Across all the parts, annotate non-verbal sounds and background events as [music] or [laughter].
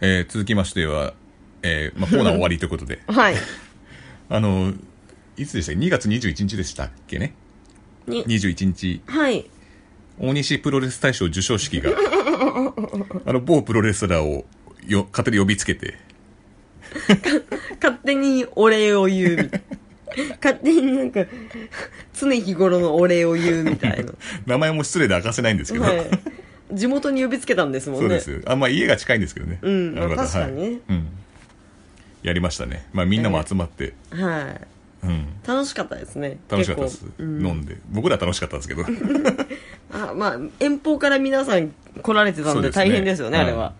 えー続きましては、えーまあ、コーナー終わりということで [laughs] はい。あのいつでしたっけ2月21日でしたっけねに、 21日はい。大西プロレス大賞授賞式が [laughs] あの某プロレスラーをよ勝手に呼びつけて勝手にお礼を言うみたい。 [laughs] 勝手になんか、常日頃のお礼を言うみたいな。 [laughs] 名前も失礼で明かせないんですけど、はい。地元に呼びつけたんですもんね。 [laughs] そうですよあまあ家が近いんですけどね、うんあの方まあ確かにねはいうん、やりましたね、まあ、みんなも集まって、はい。うん、楽しかったですね。楽しかったです、結構うん飲んで僕ら楽しかったんですけどあ、まあ、遠方から皆さん来られてたそのうでですね大変ですよね、あれは。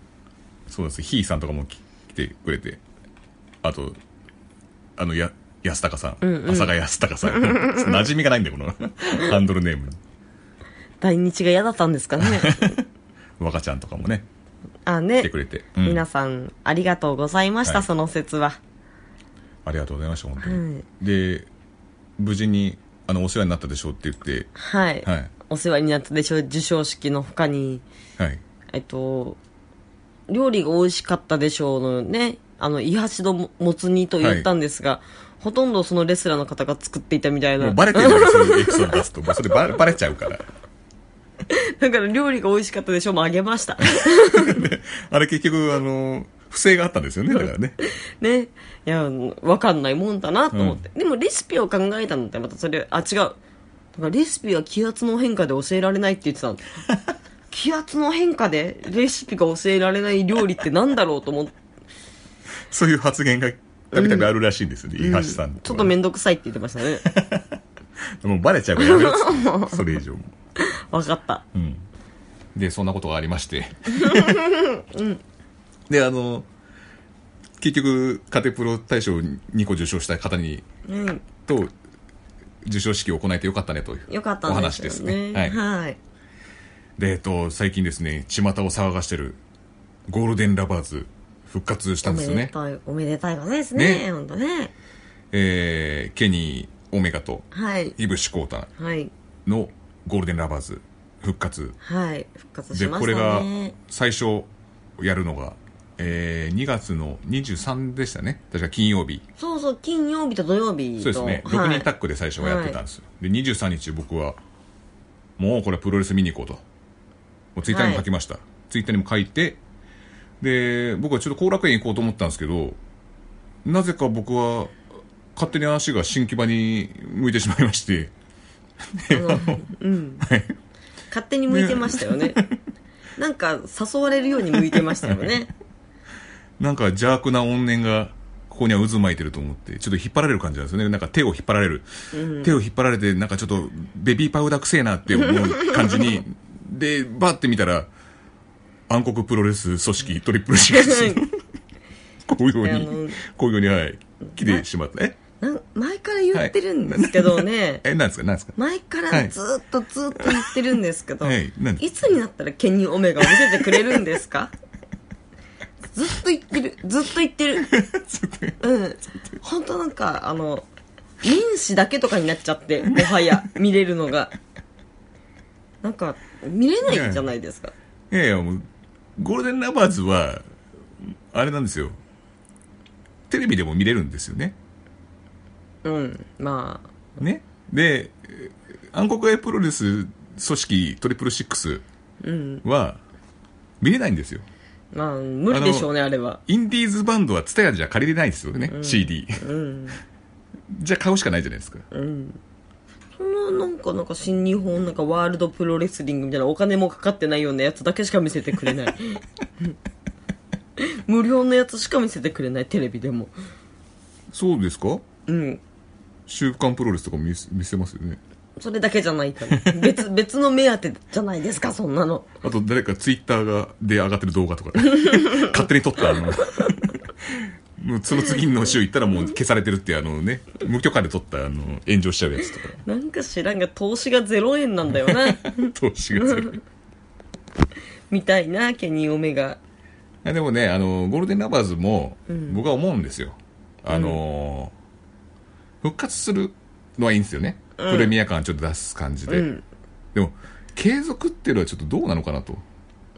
そうですひーさんとかもき来てくれてあとあのや安高さん、浅賀安高さん [laughs] 馴染みがないんだよこのハンドルネームに大日が嫌だったんですかね。 [laughs] 若ちゃんとかもね来あ、ねて。くれて、うん皆さん、ありがとうございました、はいその説は。ありがとうございました本当に、はいで無事にあのお世話になったでしょうって言ってはい。はいお世話になったでしょう、授賞式の他に。はいえっと、料理が美味しかったでしょうのね、あの、イハシのもつ煮と言ったんですが、ほとんどそのレスラーの方が作っていたみたいもな。うバレてるじゃないそういうエピソード出すともうそれバレバレちゃうから [laughs] だから料理が美味しかったでしょうもあげ [laughs] ました。あれ結局あの不正があったんですよねだからねね。いや、わかんないもんだなと思って。でもレシピを考えたのってまたそれ、あ、違う。だからレシピは気圧の変化で教えられないって言って [laughs] たの。気圧の変化でレシピが教えられない料理ってなんだろうと思って。そういう発言がたびたびあるらしいんですよね、伊橋さんちょっと面倒くさいって言ってましたね。もうバレちゃうからやめろっつ [laughs] ってそれ以上もわかった。うんでそんなことがありま [laughs] して、であの結局家庭プロ大賞2個受賞した方にうん。と受賞式を行えてよかったねというよかったんおです話よ、ね、ですねはい、はい。でえっと最近ですね巷を騒がしてるゴールデンラバーズ復活したおんでめすよでねたい、おめでたいことですね。ね本当ね。えーケニー・オメガとはい。イブシコータはい。のゴールデンラバーズ復活はい。復活しでまこしれたがね。最初やるのが、えー2月の23でしたね確か金曜日そうそう、金曜日と土曜日と。そうですね、はい、 6人タッグで最初はやってたんですよ、で23日僕はもうこれはプロレス見に行こうともうツイッターにも書きました、ツイッターにも書いてで僕はちょっと後楽園行こうと思ったんですけどなぜか僕は勝手に足が新木場に向いてしまいまして勝手に向いてましたよね。 [laughs] なんか、誘われるように向いてましたよね。 [laughs] なんか邪悪な怨念がここには渦巻いてると思ってちょっと引っ張られる感じなんですよねなんか手を引っ張られる、手を引っ張られてなんかちょっとベビーパウダーくせえなって思う感じにでバーって見たら暗黒プロレス組織トリプルシック [laughs] スこういうようあにのこういうようにはい来てしまったえなん前から言ってるんですけどね。えなんですかなんですか前からずっとずっと言ってるんですけど、はいいはいなんでつになったらケニー・オメガを見せてくれるんです [laughs] かずっと言ってる [laughs] ずっと言ってるうん本当なんかあの民視だけとかになっちゃってもはや見れるのがなんか見れないじゃないですか、いやいやもうゴールデンラバーズはあれなんですよテレビでも見れるんですよねうんまあね。で、えー暗黒エプロレス組織トリプルシックスは見れないんですよ。まあ無理でしょうねあれはインディーズバンドはツタヤじゃ借りれないですよね、CD。じゃあ買うしかないじゃないですか。そのなんかなんか新日本なんかワールドプロレスリングみたいなお金もかかってないようなやつだけしか見せてくれない [laughs] 無料のやつしか見せてくれないテレビでもそうですかうん週刊プロレスとかも見せ見せますよね。それだけじゃないから [laughs] 別別の目当てじゃないですかそんなのあと誰かツイッターがで上がってる動画とか、勝手に撮ったあの、 [laughs] もうその次の週行ったらもう消されてるってあのね、無許可で撮ったあの炎上しちゃうやつとか。なんか知らんが投資が0円なんだよ [laughs] な投資がする。みたいなケニー・オメガいやでもねあのゴールデンラバーズも僕は思うんですよ、あのー復活するのはいいんですよね、プレミア感ちょっと出す感じで、うんでも継続っていうのはちょっとどうなのかなと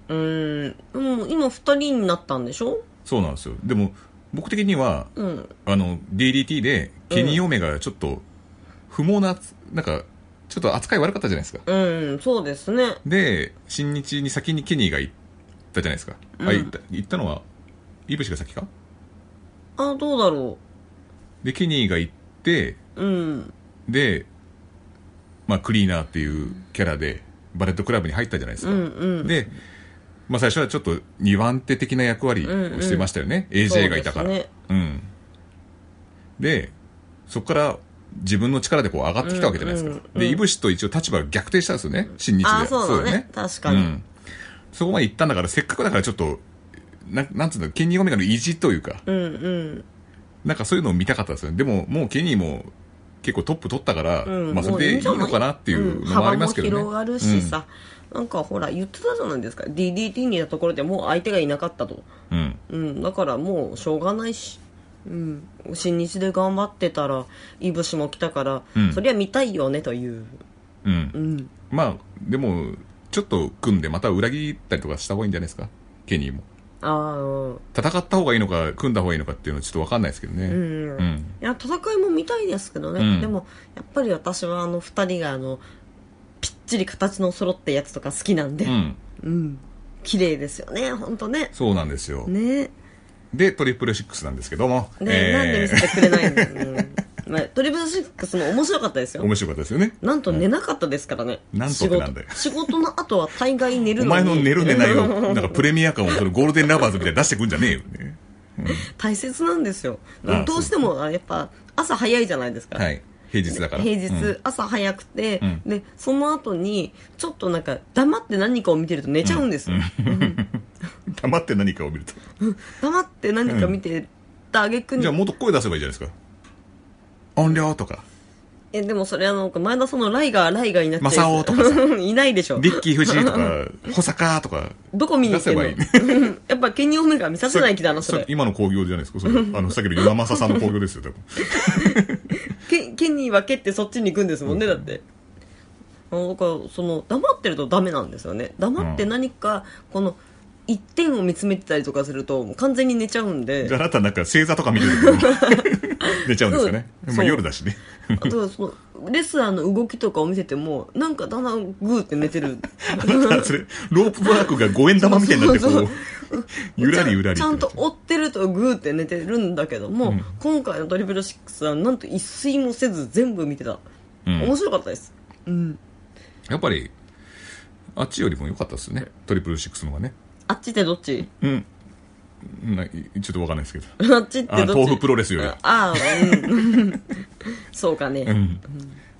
うーんもう今2人になったんでしょそうなんですよでも僕的にはうんあの DDT でケニー・オメガがちょっと不毛ななんかちょっと扱い悪かったじゃないですかうんそうですねで新日に先にケニーが行ったじゃないですか、うんあ行った行ったのはイブシが先かあどうだろでケニーが行ってううんで、まあ、クリーナーっていうキャラでバレットクラブに入ったじゃないですうか、んうんで、まあ、最初はちょっと2番手的な役割をしてましたよね、AJ がいたからそうですねうん、でそこから自分の力でこう上がってきたわけじゃないですか、うんうんうんでいぶしと一応立場が逆転したんですよね新日でああそうだね確かに、うん、そこまで行ったんだからせっかくだからちょっとななんつうんだケニー・オメガの意地というかうんうんなんかそういうのを見たかったですよねでももうケニーも結構トップ取ったから、うんまあ、それでいいのかなっていうのもありますけどね、うん幅も広がるしさ、なんかほら言ってたじゃないですか DDT にいたところでもう相手がいなかったと、うん、うんうん、だからもうしょうがないし、うん、新日で頑張ってたらいぶしも来たから、うんそりゃ見たいよねという、うんうん、まあでもちょっと組んでまた裏切ったりとかした方がいいんじゃないですかケニーもああうん戦った方がいいのか組んだ方がいいのかっていうのはちょっと分かんないですけどねうんうんいや戦いも見たいですけどね、うんでもやっぱり私はあの2人があのぴっちり形の揃ったやつとか好きなんで、うんうん綺麗ですよね本当ねそうなんですよ、ねでトリプルシックスなんですけども、ね、なんで見せてくれないの、うんまあ、トリプルシックスも面白かったですよ面白かったですよねなんと寝なかったですからね、なんとって仕事なんだよ仕事の後は大概寝るおのに前の寝る寝ないを、なんかプレミア感をそのゴールデンラバーズみたいに出してくんじゃねえよね。 [laughs] 大切なんですよああどうしてもあやっぱ朝早いじゃないですか、はい。平日だから。平日、うん朝早くて、うんでその後にちょっとなんか黙って何かを見てると寝ちゃうんですよ、黙って何かを見ると。黙って何か見てた挙句に、じゃあもっと声出せばいいじゃないですか。音量とか、えでもそれはなんか前田さんのライガーライガーになっちゃ正う雄とか [laughs] いないでしょリッキー藤井とか、保坂とか。どこ見に行ってんの出 [laughs] やっぱケニー・オメガ見させない気だなそれ今の興行じゃないですか。それ。あの、さっきの与那正さんの興行ですよ、多分。ケケニーは蹴ってそっちに行くんですもんね、だってあのだからその黙ってるとダメなんですよね黙って何かこの一点を見つめてたりとかするともう完全に寝ちゃうんでじゃああなたなんか星座とか見てる [laughs] けど、寝ちゃうんですよね。うんまそうあ夜だしね。あとはそのレスラーの動きとかを見せてもなんかだんだんグーって寝てる [laughs] あなた、それ、ロープワークが五円玉みたいになって、こそうう、 [laughs] ゆらりゆらり。ちゃんちゃんと追ってるとグーって寝てるんだけども、うん今回のトリプルシックスはなんと一睡もせず全部見てた、うん面白かったですうんやっぱり、あっちよりも良かったですね。トリプルシックスの方がね。あっちってどっち [laughs] うん。ないちょっとわかんないですけど。あっちってどあっち豆腐プロレスよりあ。あーうん [laughs] そうかね、うん。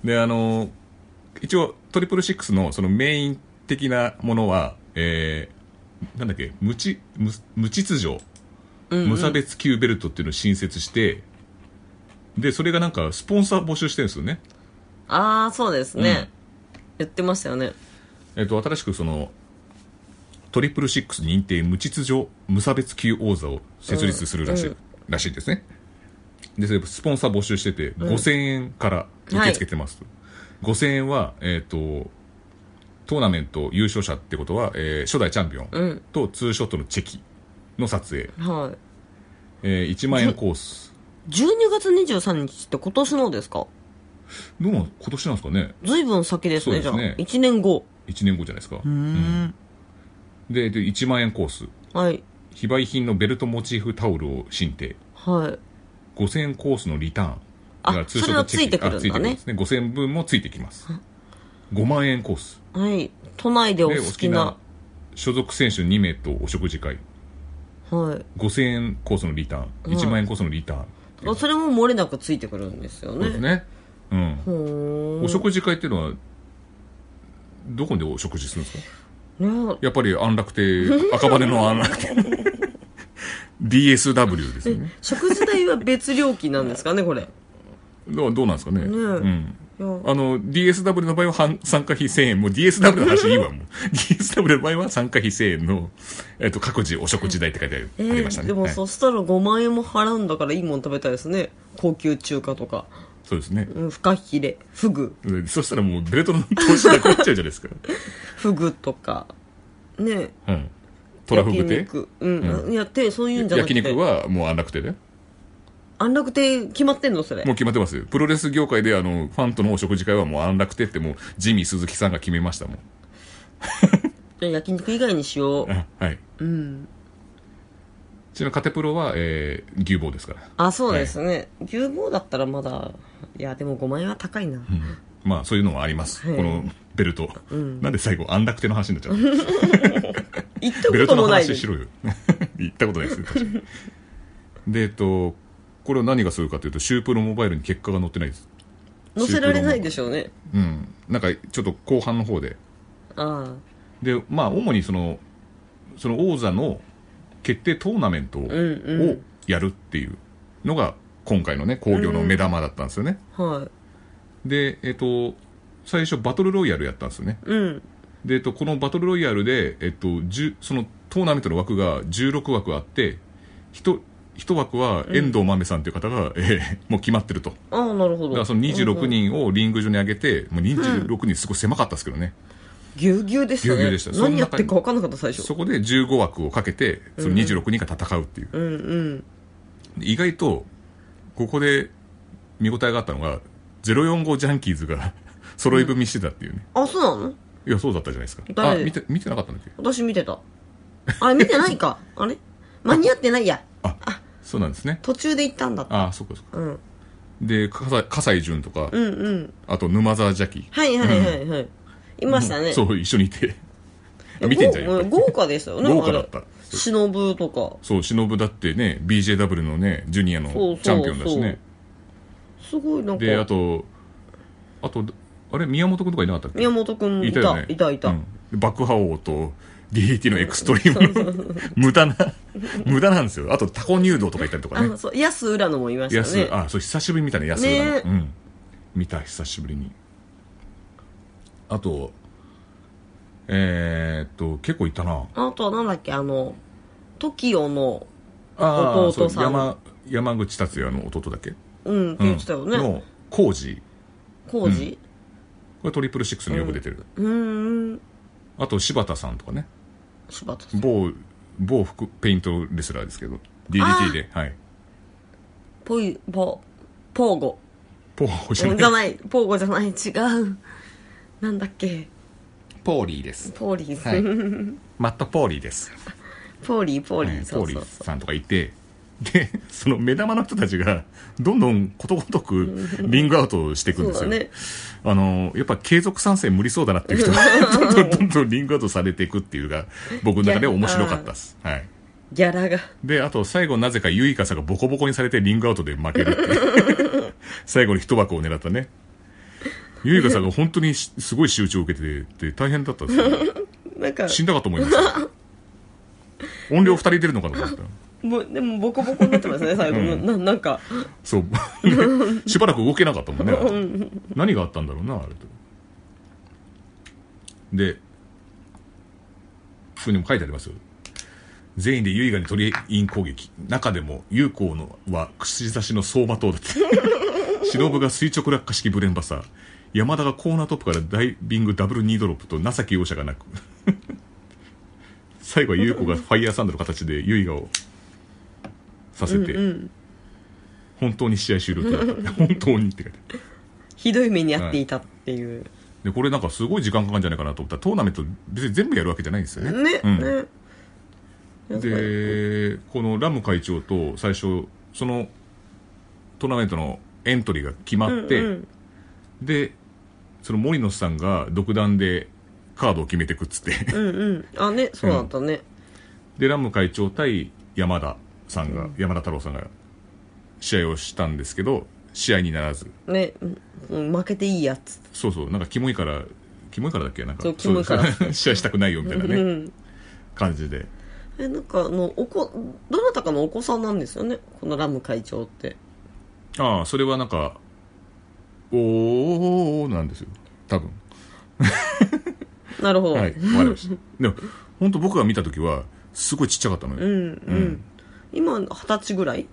で、あの、一応、トリプルシックスのそのメイン的なものは、えー、なんだっけ、無知、無無秩序、無差別級ベルトっていうのを新設して、で、それがなんか、スポンサー募集してるんですよね。ああそうですね、言ってましたよねえっと、新しくその、トリプルシックス認定無秩序無差別級王座を設立するらしい、うんうんらしいですね。で、それスポンサー募集してて、5000円から受け付けてますと。5000円は、えっ、と、トーナメント優勝者ってことは、えー初代チャンピオンとツーショットのチェキの撮影、はいえー1万円コース。 12月23日って今年のですかどうも今年なんですかねずいぶん先ですそうでねすねじゃあ1年後 ?1 年後じゃないですか。うんで、で、1万円コース。はい非売品のベルトモチーフタオルを申請。はい5000コースのリターンあが通そ称れはのついてくるんだねあついてくるんですね5000分もついてきます5万円コースはい都内でお好できな所属選手2名とお食事会はい5000円コースのリターン、うん1万円コースのリターンあそれも漏れなくついてくるんですよそうですねねうんほーんお食事会っていうのはどこでお食事するんですかねやっぱり安楽亭 [laughs] 赤羽の安楽亭 [laughs] DSW ですよね食事代は別料金なんですかねこれどうどうなんですかねうんいやあの、DSW の場合は半参加費1000円。もう DSW の話いいわ、もう。DSW の場合は参加費1000円の、えっ、と、各自お食事代って書いてあるえありましたー、ね。でもはいそしたら5万円も払うんだからいいもん食べたいですね高級中華とか、そうですね。うん、フカヒレフグでそしたらもう [laughs] ベルトの投資なくなっちゃうじゃないですか。フグとかねうん。トラフグ亭焼肉うん、うんいやてそういうんじゃなく焼て肉はもう安楽亭で安楽亭決まってんのそれもう決まってますよプロレス業界であのファンとのお食事会はもう安楽亭ってもうジミー鈴木さんが決めましたもんじゃあ焼肉以外にしよあはいううんちなみにカテプロは、えー牛棒ですからあそうですね、牛棒だったらまだいやでも5万円は高いな、まあそういうのもあります、はいこのベルト、なんで最後安楽亭の話になっちゃ [laughs] うの行っベたこルトとのもない話しろよ [laughs] 言ったことないですね確かにでえっとこれを何がするかというとシュープロモバイルに結果が載ってないです乗せられないでしょうねうんなんかちょっと後半の方であでまあ主にそのその王座の決定トーナメントを,、んうんやるっていうのが今回のね興行の目玉だったんですよね、あはいでえっと最初バトルロイヤルやったんですよねうんで、えっと、このバトルロイヤルで、えっと、10そのトーナメントの枠が16枠あって一一枠は遠藤豆さんという方が、えーもう決まってるとだああなるほどからその26人をリング上に上げて、もう26人すごい狭かったですけどね、ぎゅうぎゅうでしたねぎゅうぎゅうでしたその中に何やってるか分かんなかった最初そこで15枠をかけてその26人が戦うっていう、うんうん意外とここで見応えがあったのが045ジャンキーズが [laughs] 揃い踏みしてたっていうね、あそうなのいやそうだったじゃないですかあ誰見て見てなかったんだっけ私見てたあれ見てない [laughs] かあれ間に合ってないやあそうなんですね途中で行ったんだあそっかそっかうんで葛西葛西潤とか、うんうんあと沼沢ジャキはいはいはいはい、いましたねそう一緒にいて [laughs] 見てんじゃんやっぱり豪豪華でしたよね豪華だったあれ忍とかそう忍だってね BJW のねジュニアそうそうのチャンピオンだしねすごいなんかであとあとあれ宮本君とかいなかったっけ宮本君もいいたたよねいたいた、うんで爆破王と DDT のエクストリームの [laughs] 無駄な無駄なんですよあとタコ入道とかいたりとかあねのそう安浦野もいました安ねあそう久しぶりに見たね安浦の、ねうん見た久しぶりにあとえー、っと結構いたなあとはなんだっけあの TOKIO のあー弟さんそう山山口達也の弟だっけ、うんっうて言んってたよね、の浩二工事これトリプルシックスによく出てる、うーんあと柴田さんとかね柴田さん某某服ペイントレスラーですけど DDT ではいポイポポーゴポーじゃじないゃないポーゴじゃない違うなんだっけポーリーですポーリーズ、 [laughs] はいマット・ポーリーですポーリーポーリー、はいそポうーリそうーそさんとかいてでその目玉の人たちがどんどんことごとくリングアウトしていくんうですそうだよ、ねあのやっぱ継続参戦無理そうだなっていう人が [laughs] どんどんどんどんリングアウトされていくっていうのが僕の中で面白かったです、はい、ギャラがであと最後なぜかユイカさんがボコボコにされてリングアウトで負けるっていう [laughs] 最後に一箱を狙ったねユイカさんが本当にしすごい仕打ちを受けてて大変だったんですよ [laughs] なんか死んだかと思いました音量二人出るのかと思ったもうでもボコボコになってますね最後、ななんかそうね [laughs] しばらく動けなかったもんねあれ何があったんだろうなあれとでここにも書いてありますよ全員で優雅に取りイン攻撃中でも有効のは串刺しの相馬灯だって [laughs] 忍が垂直落下式ブレンバサ山田がコーナートップからダイビングダブルニードロップと情け容赦がなく [laughs] 最後は優子がファイヤーサンドの形で優雅をさせて、本当に試合終了となった [laughs] 本当にって書いてあるひどい目に遭っていたっていう、でこれなんかすごい時間かかるんじゃないかなと思ったらトーナメント別に全部やるわけじゃないんですよねね、うんねやっぱりでこのラム会長と最初そのトーナメントのエントリーが決まって、うんうんでその森野さんが独断でカードを決めてくっつって [laughs] うんうんあねそうだったね、でラム会長対山田さんが、山田太郎さんが試合をしたんですけど試合にならずね、うん、負けていいやつそうそうなんかキモいからキモいからだっけなんかそうキモいからそう [laughs] 試合したくないよみたいなね、うん感じでえなんかあのおこどなたかのお子さんなんですよねこのラム会長ってああそれはなんかおーおーおーなんですよ多分なるほど、はいわかりましたでも本当僕が見た時はすごいちっちゃかったのうんよ、うん今二十歳ぐらい、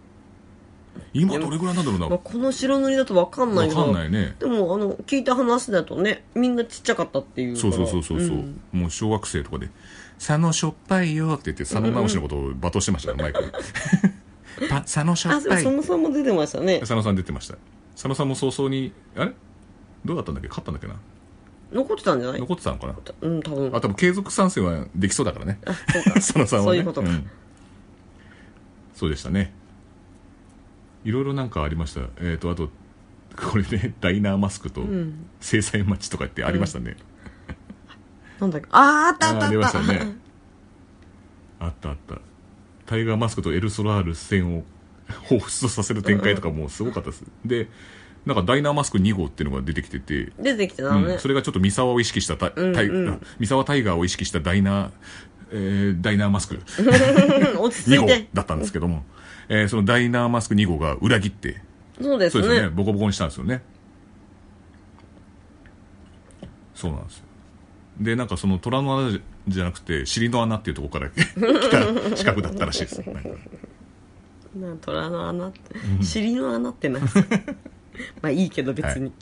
今どれぐらいなんだろうなまあ、この白塗りだと分かんなわいけかどんないねでもあの聞いた話だとねみんなちっちゃかったっていうからそうそうそうそうそう、んもう小学生とかで佐野しょっぱいよって言って佐野直しのことを罵倒してましたね、マイク [laughs] でパ佐野しょあっそぱういそもそも出てましたね佐野さん出てました佐野さんも早々にあれどうだったんだっけ勝ったんだっけな残ってたんじゃない残ってたのかなうん多分あ多分継続参戦はでき [laughs] そうだからねあそうか佐野さんはねそういうことかんそうでしたねいろいろなんかありましたえっ、とあとこれね [laughs] ダイナーマスクとん制裁待ちとかってありましたね、なんだっけあーあったあっあたーありあまっしたたねあったあったタイガーマスクとエルソラール戦を [laughs] 彷彿とさせる展開とかもうすごかったです、でなんかダイナーマスク2号っていうのが出てきてて、 [laughs] 出てきてたのうねん、 [laughs] それがちょっと三沢を意識したタイ、うんタイうん三沢タイガーを意識したダイナー、えーダイナーマスクうん落2ち着い号てだったんですけども、えーそのダイナーマスク2号が裏切って、そうでそすうですよね、ねボコボコにしたんですよね。そうなんですよ。で、なんかその虎の穴じゃなくて、尻の穴っていうところから [laughs] 来た資格だったらしいです。なんかまあ虎の穴って尻の穴ってなま [laughs] あいいけど別に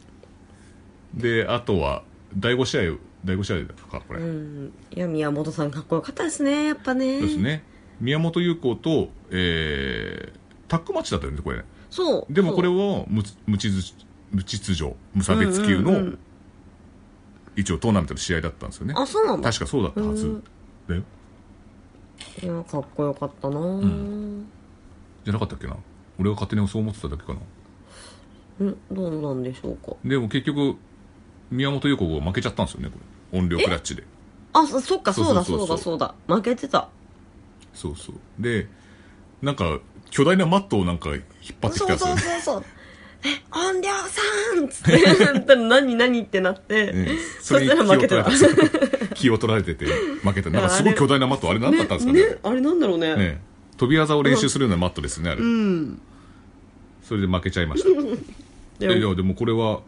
で、あとは、第5試合、第5試合だったか、これ。うんいや宮本さんかっこよかったですねやっぱそうですねね。宮本優子と、えー、タッグマッチだったよね、これね。そうでもこれをを無無秩序、無秩序、無差別級の、うんうんうん一応トーナメントの試合だったんですよね。あそうなんだ確かそうだったはずだよ。いやかっこよかったなぁんじゃなかったっけな俺が勝手にそう思ってただけかな。うんどうなんでしょうかでも結局、宮本優子が負けちゃったんですよね、これ。音量クラッチで。あそそっかそうそうそうだそうそそううだそうだ負けてたそうそう。で、なんか、巨大なマットをなんか引っ張ってきたんそですようそうね。そうそうえ音量さんっつって [laughs] 何何ってなって、ええ [laughs] そしたら負けてたそれに気を取られて気を取られてて、負けた。なんかすごい巨大なマット、あれ何だったんですかね。ねあれなんだろうねええ飛び技を練習するようなマットですよね、あれ。うんそれで負けちゃいました。でいもや、でもこれは、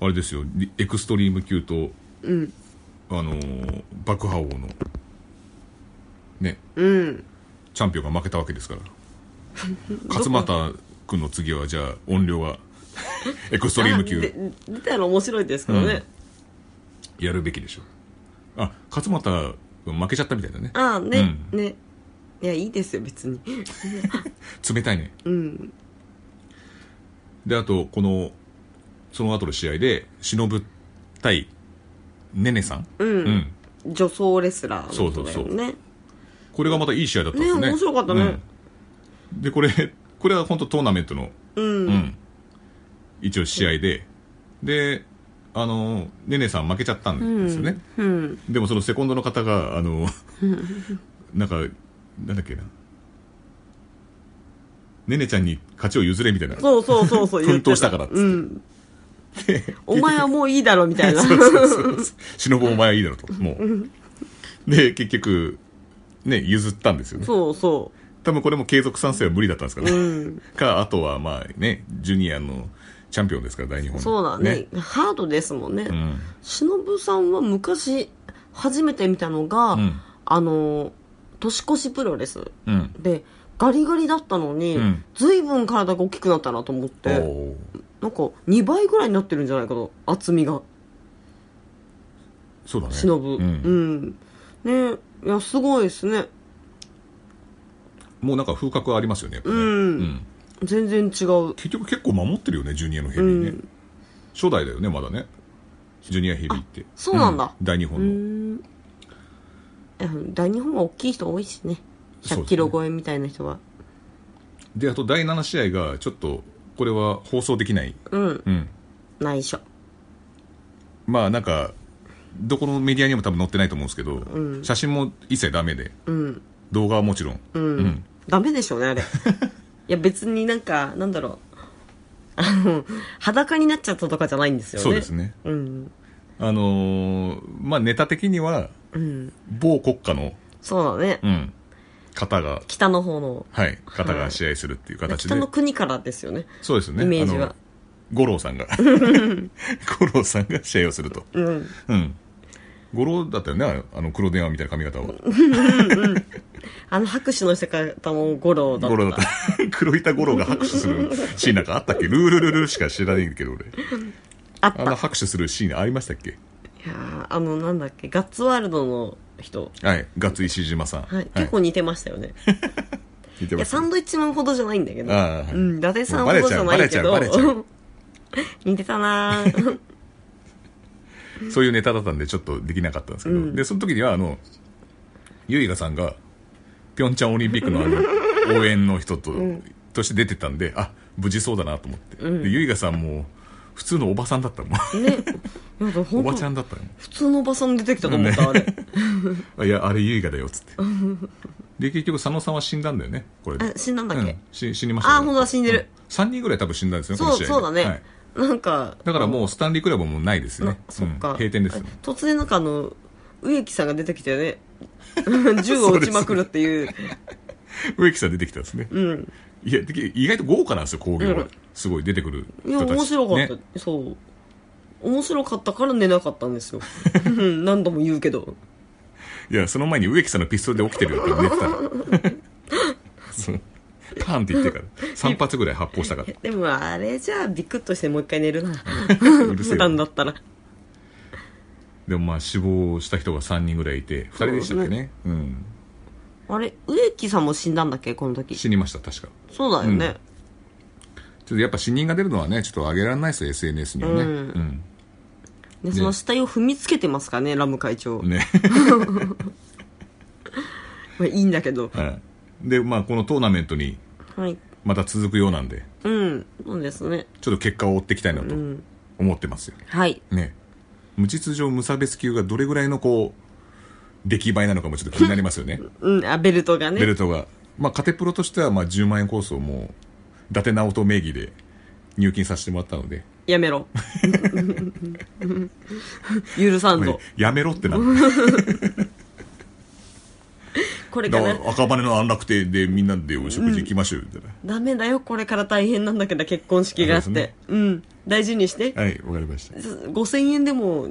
あれですよ、リエクストリーム級と、うんあのー爆破王の、ね、うんチャンピオンが負けたわけですから勝俣君の次はじゃあ音量はエクストリームあ級で出たら面白いですけどね、やるべきでしょあ勝俣君負けちゃったみたいだねああね、ねいやいいですよ別に冷たいねうんであとこのその後の試合で忍対ねねさん、うん、うん、女装レスラーのことだよそうそうそうねこれがまたいい試合だったんですよねね面白かったねうんでこれこれは本当トーナメントの、うんうん一応試合でであのねねさん負けちゃったんですよね、うんでもそのセコンドの方があのなんかなんだっけなねねちゃんに勝ちを譲れみたいなそうそうそうそ [laughs] う奮言って闘したからっつってうん、お前はもういいだろみ [laughs] たいな忍お前はいいだろともうで結局ね譲ったんですよねそうそ多分これも継続参戦は無理だったんですかうね、うんかあとはまあねジュニアのチャンピオンですから大日本のそうだねハードですもんね、うんしのぶさんは昔初めて見たのが、うんあの年越しプロレスうんでガリガリだったのに、うん随分体が大きくなったなと思っおてーなんか2倍ぐらいになってるんじゃないかと厚みがそうだねしのぶううんん、ねいやすごいですねもうなんか風格はありますよねやっぱねうんうん全然違う結局結構守ってるよねジュニアのヘビーね、うん初代だよねまだねジュニアヘビーってそうなんだ大日う本の、んいや大日本は大きい人多いしねそうですね100キロ超えみたいな人はであと第7試合がちょっとこれは放送できない、うんうん、内緒まあなんかどこのメディアにも多分載ってないと思うんですけど、うん写真も一切ダメでうん動画はもちろん、うん、んダメでしょうね [laughs] あれいや別になんかなんだろうあの裸になっちゃったとかじゃないんですよねそうですねうんあのーまあネタ的にはうん某国家の、そうだね、うん、方が北の方のはい方はがい試合するっていう形で、北の国からですよねそうですねイメージはあの五郎さんが [laughs] 五郎さんが試合をするとうんうん。五郎だったよね、あの黒電話みたいな髪型は。あの拍手の仕方も五郎だっ五郎だたった。黒板五郎が拍手するシーンなんかあったっけルールルルルしか知らないけど俺。あったあんな拍手するシーンありましたっけいやーあのなんだっけガッツワールドの人、はい。ガッツ石島さん。はい、結構似てましたよね、似てい、まやすサンドイッチマンほどじゃないんだけど、ああはいうん、伊達さんほどじもうゃないけどバレちゃうバレちゃうバ [laughs] 似てたな [laughs] ぁそういうネタだったんで、ちょっとできなかったんですけど、で、その時には、あの、ゆいがさんが、ピョンチャンオリンピックのあの、応援の人と、として出てたんで、あ、無事そうだなと思って。で、ゆいがさんも、普通のおばさんだったもん。ねなん [laughs] かお本ばちゃ当んだったもん。普通のおばさん出てきたと思った、あれあいや、あれゆいがだよ、っつっ [laughs] て。で、結局、佐野さんは死んだんだよね、これで。あ [laughs] 死んだんだっけうし死にましたよあ本当だ死んでる。う3人ぐらい多分死んだんですよね、こそのう試合でそうだね、はいなんかだからもう、スタンリークラブはもうないですよね。そっか、うん閉店ですよ。突然なんかあの植木さんが出てきてね [laughs] 銃を撃ちまくるっていう植木さん出てきたんですね。うんいや、で意外と豪華なんですよ、工業は。うんすごい出てくるいや人たち。面白かった、ねそう面白かったから寝なかったんですよ [laughs] うん何度も言うけどいや、その前に植木さんのピストルで起きてるよって寝てたら。 [laughs] そうパンって言ってから。3発ぐらい発砲したから。でもあれじゃあビクッとしてもう一回寝るなうるせえ普段だったらでもまあ、死亡した人が3人ぐらいいて、2人でしたっけね。うん。あれ植木さんも死んだんだっけこの時死にました、確か。そうだよね、ちょっとやっぱ死人が出るのはね、ちょっと上げられないですよ、SNS にはね。ううん。でその死体を踏みつけてますからねラム会長、ね。 [laughs] まあ、いいんだけどはいで、まあ、このトーナメントにはいまた続くようなんで、うんそうですねちょっと結果を追っていきたいなと思ってますよ。はいね無秩序無差別級がどれぐらいのこう出来栄えなのかもちょっと気になりますよねうんあベルトがねベルトが、まあ、カテプロとしてはまあ10万円コースをもう伊達直人名義で入金させてもらったので、やめろ。 [laughs] 許さんまあぞ。やめろってなるこれか、だからら赤羽の安楽亭でみんなでお食事行きましょうみたいな、ダメだよ、これから大変なんだけど、結婚式があって。そうですねうん。大事にして。はいわかりました5000円でも、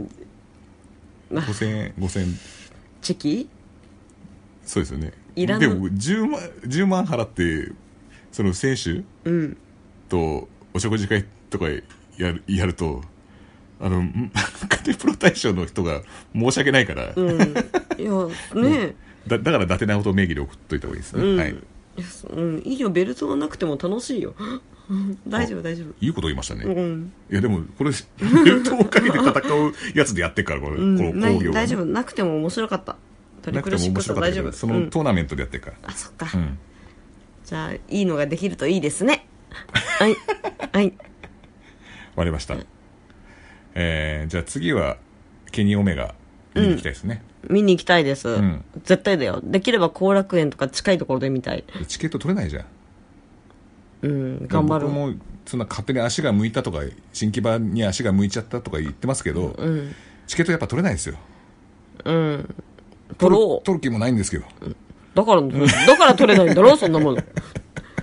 あ5000円5000円チェキそうですよねいらんでも10万 ,10 万払ってその選手うん。とお食事会とかやるやるとあの [laughs] んカテプロ大賞の人が申し訳ないから、うん。いや、ねだだから伊達直人名義で送っといた方がいいですね、うんはい、え。いやそうん。いいよ、ベルトがなくても楽しいよ。 [laughs] うん大丈夫、大丈夫。いいこと言いましたね、いうん。やでもこれ [laughs] ベルトをかけて戦うやつでやってるからこれ、うんこのない工業は大丈夫、なくても面白かった。トリなプくてルもシッ面クス白はかった大け丈夫。どそうんのトーナメントでやってるかあ、そっか。ら、うんじゃあ、いいのができるといいで [laughs] すね。はい。はい。わかりました、えーじゃあ次はケニー・オメガ見に行きたいですね、見に行きたいです、ん絶対だよできれば後楽園とか近いところで見たいチケット取れないじゃんうん頑張る僕もそんな勝手に足が向いたとか新規版に足が向いちゃったとか言ってますけど、うんチケットやっぱ取れないですようん取ろう取る気もないんですけど、だからだから取れないんだろそんなもの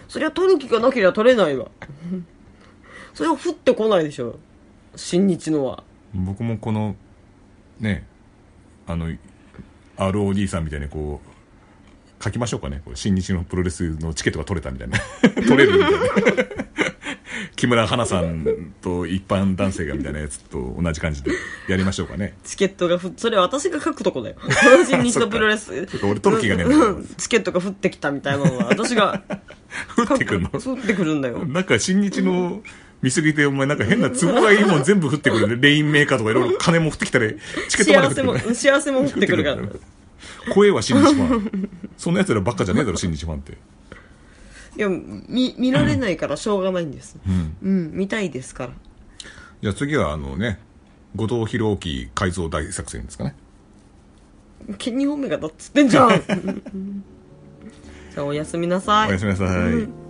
そりゃ取る気がなければ取れないわそれは降ってこないでしょ新日のは僕もこのねあの ROD さんみたいにこう書きましょうかねこう新日のプロレスのチケットが取れたみたいな [laughs] 取れるみたいな [laughs] 木村花さんと一般男性がみたいなやつと同じ感じでやりましょうかねチケットがふそれ私が書くとこ [laughs] だよ新日のプロレスそっか俺取る気がねえんだようんチケットが降ってきたみたいなのは私が [laughs] 降ってくるの降ってくるんだよなんか新日の見過ぎてお前なんか変な都合がいいもん全部降ってくるね [laughs] レインメーカーとかいろいろ金も降ってきたりチケットまで降っ幸てせくもる幸せも降ってくるから声は新日ファンそんなやつらばっかじゃねえだろ新日ファンっていや見見られないからしょうがないんですうん、見たいですからじゃあ次はあのね後藤弘樹改造大作戦ですかねケ [laughs] ニーオメガだっつってんじゃんじゃあおやすみなさいおやすみなさい